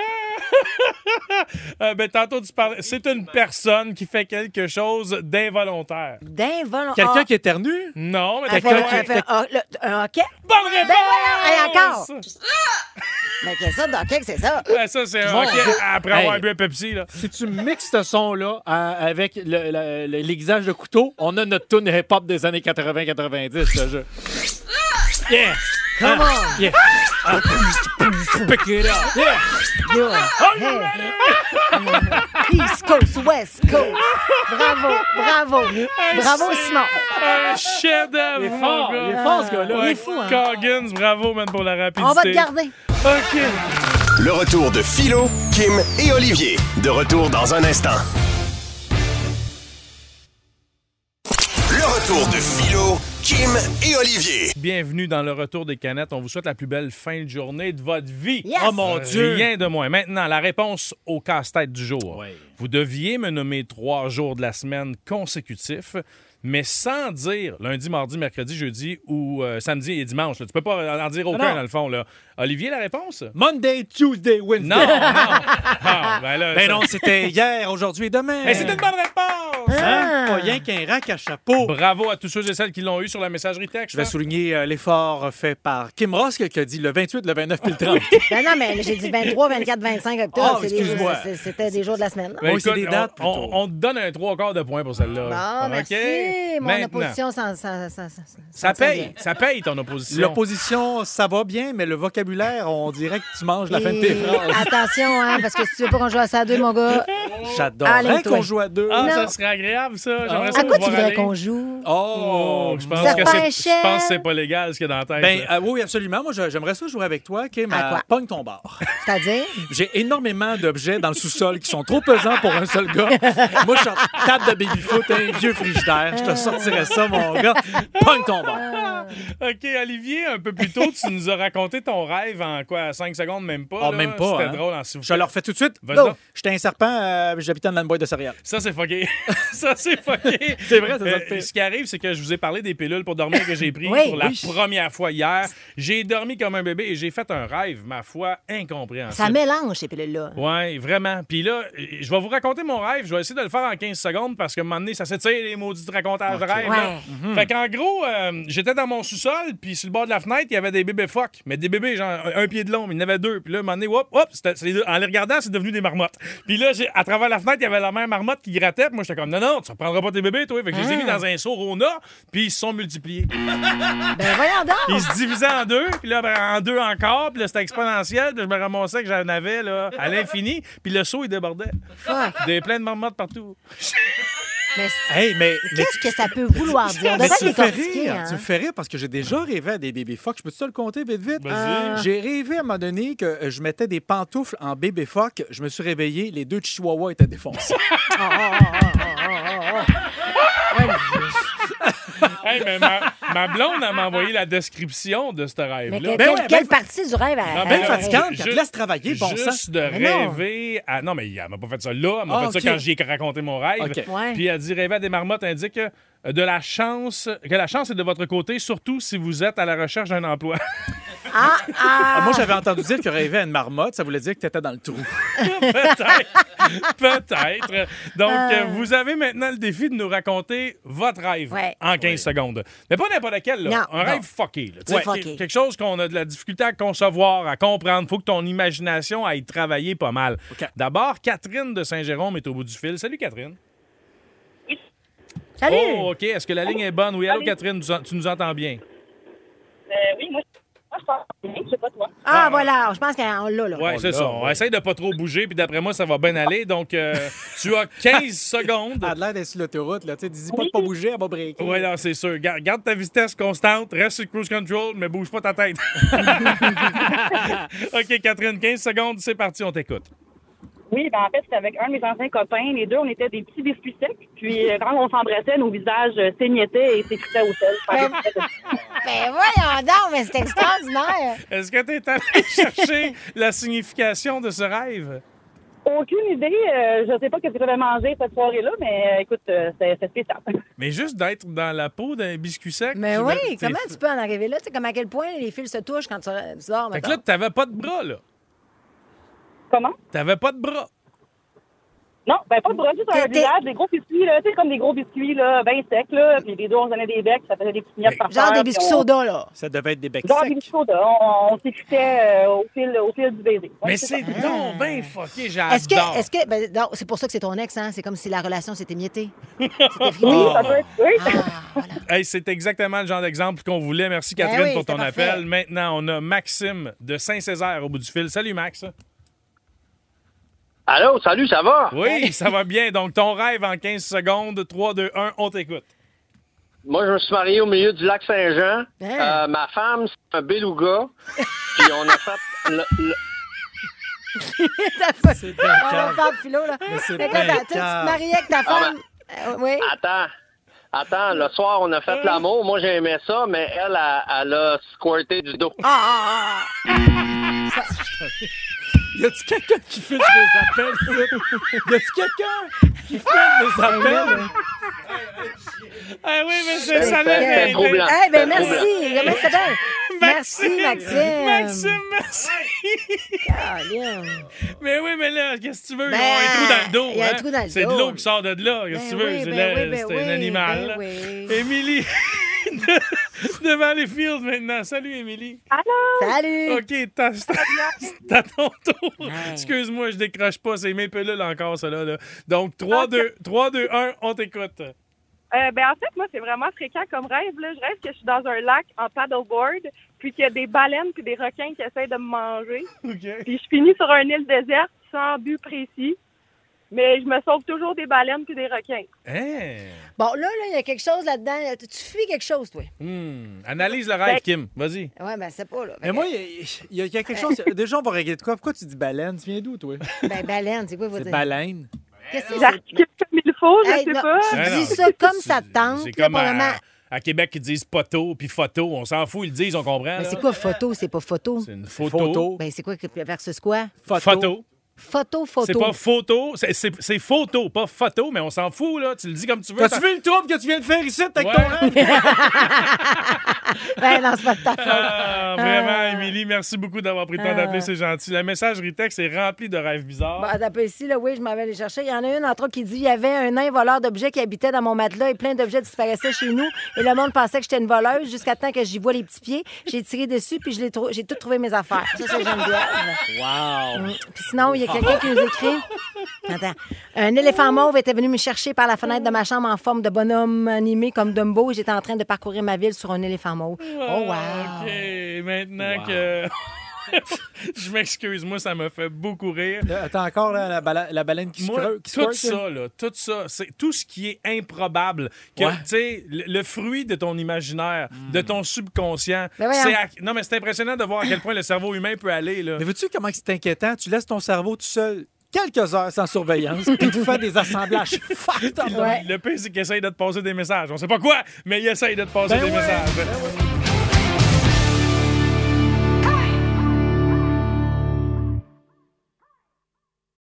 B: Euh, ben, tantôt, tu parlais. C'est une personne qui fait quelque chose d'involontaire.
C: D'involontaire.
B: Ah.
D: Quelqu'un qui éternue?
B: Non, mais
C: Ah, Elle fait-
B: quelqu'un qui.
C: elle fait un le- un hockey.
B: Bonne réponse!
C: Ah. Ben voyons, et encore. Mais qu'est-ce que ça, d'un hockey, c'est ça?
B: Ouais, Euh, ça, c'est un
D: Mon
B: OK,
D: Dieu.
B: après avoir
D: Hey.
B: bu un Pepsi, là.
D: Si tu mixes ce son-là à- avec le- le- le- l'aiguisage de couteau, on a notre tune hip-hop des années 80-90, ce jeu. Yeah!
C: Come on.
D: Yeah! Ah. Pick it up! Yeah!
C: East Coast, West Coast. Bravo, bravo.
D: Ah,
C: Bravo, Simon.
B: Un chef-d'œuvre!
D: Il est
B: mon
D: fort,
B: gars.
D: il est fort, ce gars-là.
B: Ouais,
C: est fou, hein?
B: Coggins, bravo, man, pour la rapidité.
C: On va te garder.
B: OK.
E: Le retour de Philo, Kim et Olivier. De retour dans un instant. Le retour de Philo, Kim et Olivier.
B: Bienvenue dans le retour des canettes. On vous souhaite la plus belle fin de journée de votre vie.
C: Yes!
B: Oh
D: Euh,
B: mon Dieu! Rien de moins. Maintenant, la réponse au casse-tête du jour.
D: Oui.
B: Vous deviez me nommer trois jours de la semaine consécutifs, mais sans dire lundi, mardi, mercredi, jeudi ou euh, samedi et dimanche. là. Tu peux pas en dire aucun,
D: non.
B: dans le fond. Là. Olivier, la
D: *laughs*
B: réponse?
D: Monday, Tuesday,
B: Non!
D: Wednesday.
B: non. Ah, ben là,
D: Ben
B: ça-
D: non, c'était hier, aujourd'hui et demain.
B: Mais c'est une bonne réponse!
C: Ah.
D: Hein? Pas rien qu'un rack à chapeau.
B: Bravo à tous ceux et celles qui l'ont eu sur la messagerie texte. hein.
D: Je vais souligner euh, l'effort fait par Kim Ross qui a dit le 28, le 29 puis le 30.
C: Ben non, mais j'ai dit 23, 24, 25 octobre.
D: Oh,
C: C'est des-
D: excuse-moi.
C: c'est- C'était des jours de la semaine. non?
B: Ben,
D: Oui, c'est
B: écoute,
D: des dates,
B: on,
D: plutôt.
B: on- on te donne un trois quarts de point pour celle-là.
C: Bon,
B: OK?
C: Ah, merci. Mon
B: Maintenant,
C: opposition, ça, ça, ça, ça,
B: Ça paye, ça paye ton opposition.
D: *laughs* L'opposition, ça va bien, mais le vocabulaire, on dirait que tu manges la fin de tes
C: Et
D: phrases.
C: Hum, attention, hein, parce que si tu veux pas qu'on joue à ça à deux, mon
D: *laughs*
C: gars.
D: J'adore.
C: Allez,
D: Hein,
C: toi.
D: qu'on joue à deux.
B: ah,
C: Non.
B: ça
C: Ah.
B: serait agréable, ça. J'aimerais ça
C: À quoi tu
B: pouvoir
C: voudrais
B: aller.
C: qu'on joue?
D: Oh!
B: Oh, je pense,
C: Serpent
B: que c'est,
C: à échelle.
B: je pense que c'est pas légal ce qu'il y a dans la tête.
D: Ben
B: là.
D: euh, oui, absolument. Moi, je- j'aimerais ça jouer avec toi, Kim.
C: À
D: à
C: quoi?
D: Pogne ton bar.
C: C'est-à-dire?
D: J'ai énormément d'objets dans le sous-sol qui sont trop pesants pour un seul gars. Moi, je suis en table de baby-foot, un vieux frigidaire. Je te sortirais ça, mon gars. Pogne ton bar.
B: Ah, OK, Olivier, un peu plus tôt, tu nous as raconté ton rêve en quoi, 5 secondes, même pas.
D: Ah,
B: là.
D: même pas.
B: C'était
D: hein.
B: drôle en souffle.
D: Je le refais tout de suite.
B: Vas-y
D: Go.
B: donc.
D: J'étais un serpent, euh, j'habitais dans une boîte de céréales.
B: Ça, c'est fucké. *laughs* ça, c'est fucké.
D: C'est vrai, ça, ça
B: Euh,
D: le fait.
B: Ce qui arrive, c'est que je vous ai parlé des pilules pour dormir que j'ai pris
C: *laughs* Oui.
B: pour la
D: Oui.
B: première fois hier. J'ai dormi comme un bébé et j'ai fait un rêve, ma foi, incompréhensible.
C: Ça mélange ces pilules-là.
B: Oui, vraiment. Puis là, euh, je vais vous raconter mon rêve. Je vais essayer de le faire en 15 secondes parce que un moment donné, ça s'étire les maudits racontages de rêve. là. Fait qu'en gros, euh, j'étais dans mon sous-sol, puis sur le bord de la fenêtre, il y avait des bébés phoques. Mais des bébés, genre un, un pied de long, mais il y en avait deux. Puis là, un moment donné, hop, hop, c'était- c'est les deux. en les regardant, c'est devenu des marmottes. Puis là, j'ai- à travers la fenêtre, il y avait la même marmotte qui grattait. Puis moi, j'étais comme, non, non, tu reprendras pas tes bébés, toi. Fait que je les ai mis dans un seau Rona, puis ils se sont multipliés.
C: Ben voyons donc!
B: Ils se divisaient en deux, puis là, ben, en deux encore, puis là, c'était exponentiel, puis je me ramassais que j'en avais là, à l'infini, puis le seau, il débordait.
C: Fuck.
B: Des plein de marmottes partout.
C: Mais
D: Hey, mais. mais
C: qu'est-ce que ça peut vouloir dire? On
D: Mais
C: devrait
D: tu me fais
C: décortiquer,
D: rire,
C: hein?
D: tu me fais rire parce que j'ai déjà rêvé à des bébés phoques. Je peux te le compter vite vite?
C: Ah.
B: Vas-y.
D: J'ai rêvé à un moment donné que euh, je mettais des pantoufles en bébé phoque. Je me suis réveillé, les deux chihuahuas étaient défoncés.
B: Hey, mais ma, ma blonde, elle m'a envoyé la description de ce rêve-là.
C: Mais que-
D: Ben
C: quelle,
D: ouais, ben-
C: quelle partie du rêve?
B: Non,
D: Belle
B: Euh,
D: fatigante,
B: juste-
D: elle te laisse travailler, bon
B: juste
D: sang.
B: de
C: Mais non.
B: rêver à... Non, mais elle m'a pas fait ça là. Elle m'a
D: Ah,
B: fait
D: ok.
B: ça quand j'ai raconté mon rêve.
D: Ok.
C: Ouais.
B: Puis elle dit, rêver à des marmottes indique euh, de la chance, que la chance est de votre côté, surtout si vous êtes à la recherche d'un emploi.
C: Ah, ah!
D: Ah, Moi, j'avais entendu dire que rêver à une marmotte, ça voulait dire que t'étais dans le trou.
B: Peut-être. Peut-être. Donc, euh, vous avez maintenant le défi de nous raconter votre rêve
C: Ouais.
B: en 15 secondes. Mais pas n'importe lequel. là.
C: Non,
B: Un
C: non.
B: rêve fucké. là. Tu sais,
C: Ouais.
B: que-
C: Fucké.
B: Quelque chose qu'on a de la difficulté à concevoir, à comprendre. faut que ton imagination aille travailler pas mal.
D: OK.
B: D'abord, Catherine de Saint-Jérôme est au bout du fil. Salut, Catherine.
C: Salut!
B: Oh, OK. Est-ce que la ligne est bonne? Oui, allô, Catherine, nous en- tu nous entends bien.
C: ah, voilà, je pense qu'on l'a, Oh là.
B: Oui, c'est ça. On essaye de pas trop bouger, puis d'après moi, ça va bien aller. Donc, euh, tu
C: *laughs*
B: as 15 secondes.
D: Elle a l'air d'être sur l'autoroute, là. Tu sais, dis pas de pas bouger, elle va breaker.
B: Oui, non, c'est sûr. Garde, garde ta vitesse constante, reste sur le cruise control, mais bouge pas ta tête. OK, Catherine, 15 secondes, c'est parti, on t'écoute.
I: Oui, ben en fait, c'était avec un de mes anciens copains. Les deux, on était des petits biscuits secs. Puis euh, quand on s'embrassait, nos visages euh, s'émiettaient et s'écrutaient au sol.
C: Ben- Ben voyons donc, mais c'est extraordinaire.
B: Est-ce que tu es allé chercher la signification de ce rêve?
I: Aucune idée. euh, je sais pas qu'est-ce que j'avais mangé cette soirée-là, mais euh, écoute, euh, c'est c'est spécial. *laughs*
B: Mais juste d'être dans la peau d'un biscuit sec.
C: Mais
B: tu
C: oui,
B: me- t'es-
C: comment tu peux en arriver là? Tu sais, comme à quel point les fils se touchent quand tu tu dors,
B: Fait que
C: mettons.
B: là, t'avais pas de bras, là.
I: Comment?
B: T'avais pas de bras.
I: Non, ben pas de bras, juste un
C: T'étais-
I: visage, des gros biscuits, là, tu sais, comme des gros biscuits, là, ben secs, là. Puis les deux, on se donnait des becs, ça faisait des petites miettes par terre, puis on-
C: là.
D: Ça devait être des becs
I: Genre
D: secs.
I: des biscuits soda. On, on s'écoutait euh, au, fil, au fil du baiser. Ouais,
B: Mais c'est
I: ça.
B: donc bien fucké,
C: Ah. Est-ce
B: j'adore.
C: que, est-ce que, ben, non, c'est pour ça que c'est ton ex, hein? C'est comme si la relation s'était miettée.
J: *laughs*
B: Oh.
C: Ah,
B: Hey, c'est exactement le genre d'exemple qu'on voulait. Merci, Catherine,
C: Ben oui,
B: pour ton
C: c'était parfait.
B: appel. Maintenant, on a Maxime de Saint-Césaire au bout du fil. Salut, Max.
J: Allô, salut, ça va?
B: Oui, ça va bien. Donc, ton rêve en 15 secondes. 3, 2, 1, on t'écoute.
J: Moi, je me suis marié au milieu du lac Saint-Jean.
C: Ben.
J: Euh, ma femme, c'est un beluga. Puis on a fait. le-
C: *laughs*
J: le-
C: T'as pas- On va pas de philo, là.
J: Mais c'est
C: Fait que
J: bien
C: là, t'as- tu tu
J: calme.
C: te mariais avec ta
J: Ah,
C: femme. Euh, oui.
J: Attends. Attends, le soir, on a fait l'amour. Moi, j'aimais ça, mais elle, elle, elle a squirté du dos.
C: Ah, ah, ah. Ça-
D: Y a-tu quelqu'un qui filme des appels? ici? Y a-tu quelqu'un qui filme des appels?
B: Ah oui, mais
D: c'est- ça l'a aidé.
C: Eh ben,
D: C'était
C: merci.
D: troublant.
C: Comment ça s'appelle? Merci, Maxime. Ah,
B: Maxime, merci. Mais oui, mais là, qu'est-ce que tu veux? Ils
C: Ben,
B: ont Oh, un trou dans le dos.
C: il y a un
B: hein?
C: trou dans le
B: C'est de
C: dos.
B: l'eau qui sort de là. Qu'est-ce que tu
C: Ben
B: veux?
C: oui,
B: c'est
C: ben
B: la-
C: oui, ben
B: c'est
C: oui,
B: un animal.
C: ben oui.
B: Émilie *laughs* de, de Valleyfield maintenant. Salut, Émilie.
C: Allô? Salut.
B: *laughs* OK, t'as *laughs* t'as ton tour. Excuse-moi, je décroche pas. C'est mes pelules encore, cela. là Donc, 3, 2, 3, 2, 1, on t'écoute.
K: Euh, ben, en fait, moi, c'est vraiment fréquent comme rêve. Là. Je rêve que je suis dans un lac en paddleboard, puis qu'il y a des baleines puis des requins qui essaient de me manger. Puis je finis sur une île déserte sans but précis, mais je me sauve toujours des baleines puis des requins.
D: Hein?
C: Bon, là, là, il y a quelque chose là-dedans. Tu tu fuis quelque chose, toi.
B: Hmm. Analyse le rêve, Kim. Vas-y.
C: Ouais, ben, c'est pas, là.
D: Mais moi, il y, a- il y a quelque chose. Déjà, on va régler de quoi? Pourquoi tu dis baleine? Tu viens d'où, toi?
C: Ben, baleine, c'est quoi, vous
D: C'est
C: dire?
D: baleine.
C: Qu'est-ce que
K: J'articule comme il faut,
C: je sais pas.
B: Ben
C: Tu
B: non.
C: dis ça comme ça te tente.
B: C'est
C: là,
B: comme
C: pour le moment.
B: à, à Québec, ils disent poteau puis photo. On s'en fout, ils le disent, on comprend.
C: Mais
B: là.
C: Ben, c'est quoi photo? C'est pas photo? C'est
B: une photo. Photo.
C: Ben, c'est quoi que- versus quoi?
B: Photo.
C: Photo, photo.
B: C'est pas photo, c'est- c'est c'est photo, pas photo, mais on s'en fout, là. Tu le dis comme tu veux.
D: T'as-tu vu le trouble que tu viens de faire ici avec
B: Ouais.
D: ton rêve?
C: Ben, non, c'est pas de ta faute.
B: Ah, vraiment, Émilie, merci beaucoup d'avoir pris le temps
D: Ah.
B: d'appeler, c'est gentil. La messagerie texte est remplie de rêves bizarres.
D: Bah.
C: Bon, t'as pas ici, là, oui, je m'en vais les chercher. Il y en a une, entre autres, qui dit il y avait un nain voleur d'objets qui habitait dans mon matelas et plein d'objets disparaissaient chez nous. Et le monde pensait que j'étais une voleuse jusqu'à temps que j'y vois les petits pieds. J'ai tiré dessus puis je l'ai trou- j'ai tout trouvé mes affaires. Ça, c'est Geneviève.
D: Wow!
C: Puis sinon, il y a quelqu'un qui nous écrit. Attends. Un éléphant mauve était venu me chercher par la fenêtre de ma chambre en forme de bonhomme animé comme Dumbo et j'étais en train de parcourir ma ville sur un éléphant mauve. Oh, wow!
B: OK, maintenant que. *laughs* Je m'excuse, moi, ça me fait beaucoup rire.
D: Là, Attends encore là, la, bala- la baleine qui se
B: Moi,
D: creu- qui se
B: tout
D: creuse,
B: ça, là, tout ça, c'est tout ce qui est improbable, que,
D: Ouais. Hmm.
B: tu sais, le, le fruit de ton imaginaire, de ton subconscient.
D: Ben voyons.
B: c'est à- Non, mais c'est impressionnant de voir à quel point le cerveau humain peut aller, là.
D: Mais veux-tu comment c'est inquiétant? Tu laisses ton cerveau tout seul quelques heures sans surveillance, puis tu fais des assemblages fucked up.
B: Le pire, c'est qu'il essaye de te passer des messages. On sait pas quoi, mais il essaye de te passer
D: Ben
B: des
D: ouais.
B: messages.